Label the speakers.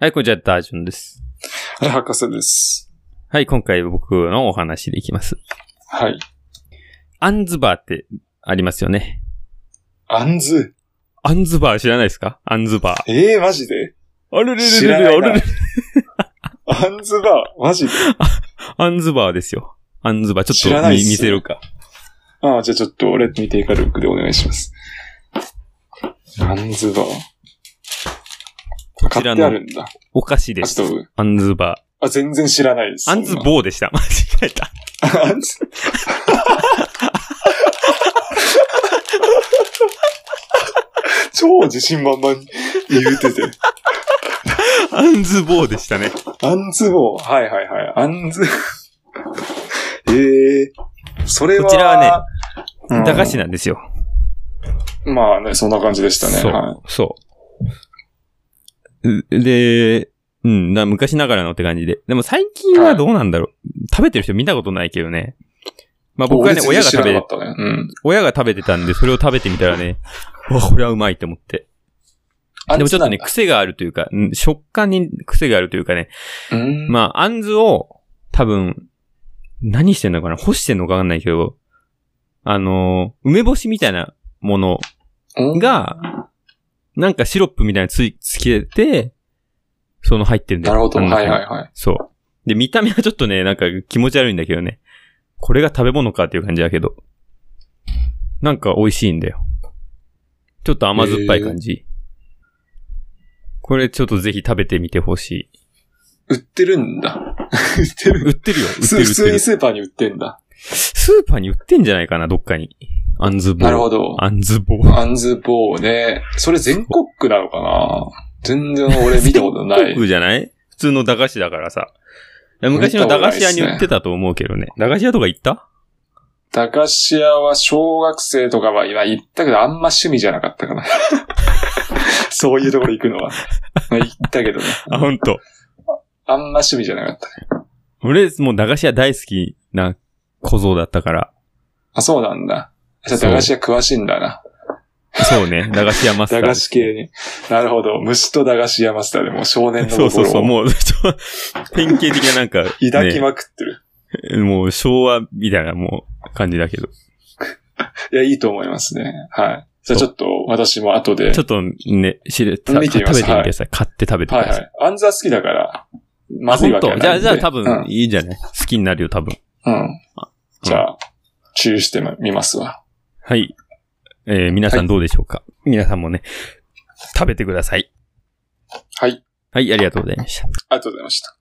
Speaker 1: はい、こんにちは、ダージョンです。
Speaker 2: はい、博士です。
Speaker 1: はい、今回僕のお話でいきます。
Speaker 2: はい。
Speaker 1: アンズバーってありますよね。
Speaker 2: アンズ。
Speaker 1: アンズバー知らないですかアンズバー。
Speaker 2: ええー、マジで
Speaker 1: あれれれ
Speaker 2: 知
Speaker 1: れ
Speaker 2: らな
Speaker 1: れ
Speaker 2: い
Speaker 1: あれ
Speaker 2: な
Speaker 1: れれ。
Speaker 2: アンズバー、マジで
Speaker 1: アンズバーですよ。アンズバー。ち
Speaker 2: 知
Speaker 1: ょっ
Speaker 2: ら
Speaker 1: と
Speaker 2: ないっ
Speaker 1: 見
Speaker 2: す
Speaker 1: 見せるか。
Speaker 2: ああ、じゃあちょっと、レッド見ていかルックでお願いします。アンズバー。
Speaker 1: こ
Speaker 2: 買
Speaker 1: ち
Speaker 2: って
Speaker 1: らの
Speaker 2: あるんだ。
Speaker 1: お菓子で
Speaker 2: あ、
Speaker 1: す
Speaker 2: ちょ。っ
Speaker 1: アンズバ
Speaker 2: と、あ、全然知らないです。
Speaker 1: ー。アンズ
Speaker 2: そん
Speaker 1: 棒でした。間違えた。
Speaker 2: なアン ズ超自信満々に言うてて。
Speaker 1: アンズ棒でしたね。
Speaker 2: アンズボー。はいはいはい。アンズ。 ええそれは。
Speaker 1: こちらは
Speaker 2: ね
Speaker 1: 駄菓子なんですよ。
Speaker 2: まあね、そんな感じでしたね。はい
Speaker 1: そう。そう。うで、うん、な昔ながらのって感じで。でも最近はどうなんだろう。食べてる人見たことないけどね。まあ僕はね、
Speaker 2: 俺
Speaker 1: 親が
Speaker 2: 全然知
Speaker 1: 食
Speaker 2: ら
Speaker 1: べ
Speaker 2: な
Speaker 1: て
Speaker 2: か、ったね。うん。
Speaker 1: 親が食べてたんで、それを食べてみたら ね、わ、これはうまいと思って。でもちょっとね、癖があるというか、うん食感に癖があるというかね。
Speaker 2: うん。
Speaker 1: まあ、あんずを、多分、何してんのかな干してんのかわかんないけど、あのー梅干しみたいなもの
Speaker 2: うん、
Speaker 1: が、なんかシロップみたいなのつい、つけて、その入ってるんだ
Speaker 2: な
Speaker 1: よ。
Speaker 2: るほど。
Speaker 1: あの
Speaker 2: はいはいはい。
Speaker 1: そう。で、見た目はちょっとね、なんか気持ち悪いんだけどね。これが食べ物かっていう感じだけど。なんか美味しいんだよ。ちょっと甘酸っぱい感じ。これちょっとぜひ食べてみてほし
Speaker 2: 売ってるんだ。売って
Speaker 1: い。
Speaker 2: る。
Speaker 1: 売って るよ。売って
Speaker 2: す
Speaker 1: る売
Speaker 2: 普
Speaker 1: って
Speaker 2: 通
Speaker 1: る
Speaker 2: に。スーパーに売ってんだ。
Speaker 1: スーパーに売ってんじゃないかな、どっかに。あんず棒。
Speaker 2: なるほど。
Speaker 1: あんず棒。
Speaker 2: アンズボーね。それ全国区なのかな全然俺見たことない。
Speaker 1: 僕じゃない普通の駄菓子だからさ。いや昔の駄菓子屋に売ってたと思うけどね。駄菓子屋とか行った
Speaker 2: 駄菓子屋は小学生とかは今行ったけど、あんま趣味じゃなかった かな。そういうところ行くのは。まあ行ったけどね。
Speaker 1: あ、ほんと。
Speaker 2: あんま趣味じゃなかった。
Speaker 1: 俺、もう駄菓子屋大好きな小僧だったから。
Speaker 2: あ、そうなんだ。じゃあ
Speaker 1: そう
Speaker 2: 駄菓子屋詳しいんだな。
Speaker 1: そうね。駄菓子屋マスター。
Speaker 2: 駄菓子系に。なるほど。虫と駄菓子屋マスターでもう少年の
Speaker 1: そう
Speaker 2: 心
Speaker 1: そうそう。
Speaker 2: を
Speaker 1: もう、 ちょ典型的ななんか、
Speaker 2: 抱きまくってる。
Speaker 1: ね、もう昭和みたいなもう感じだけど。
Speaker 2: いや、いいと思いますね。はい。じゃあちょっと私も後で。
Speaker 1: ちょっとね、知れ、た食べ
Speaker 2: 見
Speaker 1: て
Speaker 2: て
Speaker 1: み
Speaker 2: み
Speaker 1: て
Speaker 2: ます
Speaker 1: ください。買って食べてく
Speaker 2: は
Speaker 1: だ
Speaker 2: い
Speaker 1: さい。
Speaker 2: はい。あんずは好きだから、ま
Speaker 1: あ、
Speaker 2: ずい
Speaker 1: 本
Speaker 2: わけ
Speaker 1: 当
Speaker 2: はないん
Speaker 1: じ
Speaker 2: で
Speaker 1: ゃあ、じゃあ多分、
Speaker 2: うん
Speaker 1: いいんじゃない好きになるよ、多分。
Speaker 2: うん。じゃあ、注意してみますわ。
Speaker 1: はい。えー皆さんどうでしょうか、皆さんもね、食べてください。
Speaker 2: はい。
Speaker 1: はい、ありがとうございました。
Speaker 2: ありがとうございました。